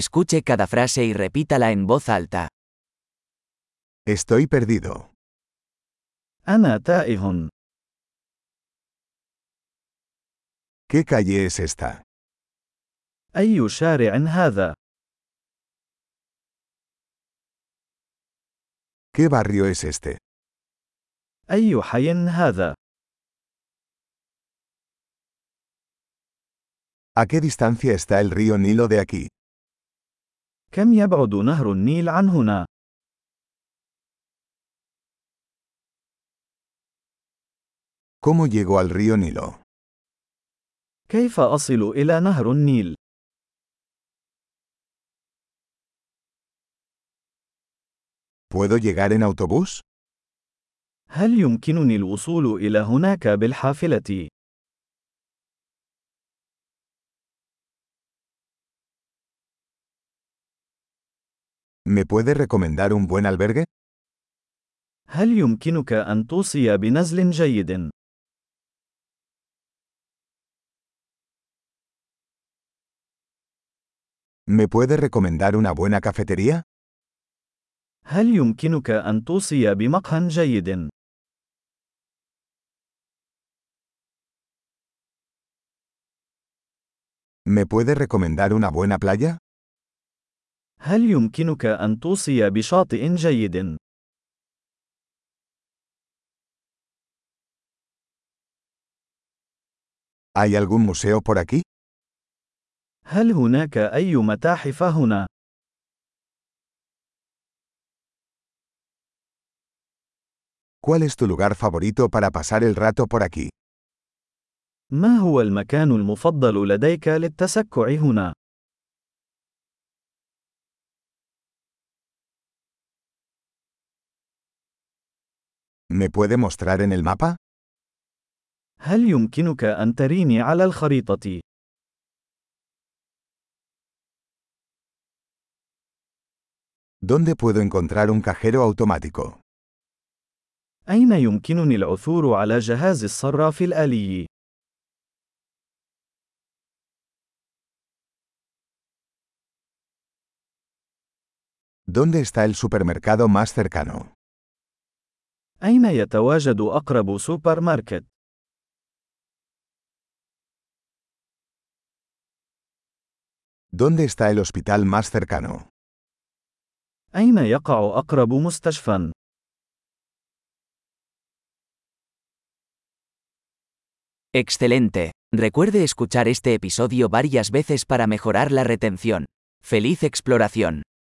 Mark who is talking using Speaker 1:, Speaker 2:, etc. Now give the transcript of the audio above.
Speaker 1: Escuche cada frase y repítala en voz alta.
Speaker 2: Estoy perdido.
Speaker 3: أنا تائه.
Speaker 2: ¿Qué calle es esta?
Speaker 3: أي شارع هذا؟
Speaker 2: ¿Qué barrio es este?
Speaker 3: أي حي هذا؟
Speaker 2: ¿A qué distancia está el río Nilo de aquí?
Speaker 3: كم يبعد نهر النيل عن هنا؟
Speaker 2: ¿Cómo llego al río Nilo?
Speaker 3: كيف أصل إلى نهر النيل؟
Speaker 2: ¿Puedo llegar en autobús?
Speaker 3: هل يمكنني الوصول إلى هناك بالحافلة؟
Speaker 2: ¿Me puede recomendar un buen albergue?
Speaker 3: هل يمكنك أن توصي بنزل جيد؟
Speaker 2: ¿Me puede recomendar una buena cafetería?
Speaker 3: هل يمكنك أن توصي بمقهى جيد؟
Speaker 2: ¿Me puede recomendar una buena playa?
Speaker 3: هل يمكنك أن توصي بشاطئ جيد؟
Speaker 2: ¿Hay algún museo por aquí?
Speaker 3: هل هناك أي متاحف هنا؟
Speaker 2: ¿Cuál es tu lugar favorito para pasar el rato por aquí?
Speaker 3: ما هو المكان المفضل لديك للتسكع هنا؟
Speaker 2: ¿Me puede mostrar en el mapa?
Speaker 3: هل يمكنك أن تريني على الخريطة؟
Speaker 2: ¿Dónde puedo encontrar un cajero automático?
Speaker 3: أين يمكنني العثور على جهاز الصراف الآلي؟
Speaker 2: ¿Dónde está el supermercado más cercano?
Speaker 3: أين يتواجد أقرب سوبر ماركت؟
Speaker 2: ¿Dónde está el hospital más cercano?
Speaker 3: أين يقع أقرب مستشفى؟
Speaker 1: Excelente. Recuerde escuchar este episodio varias veces para mejorar la retención. ¡Feliz exploración!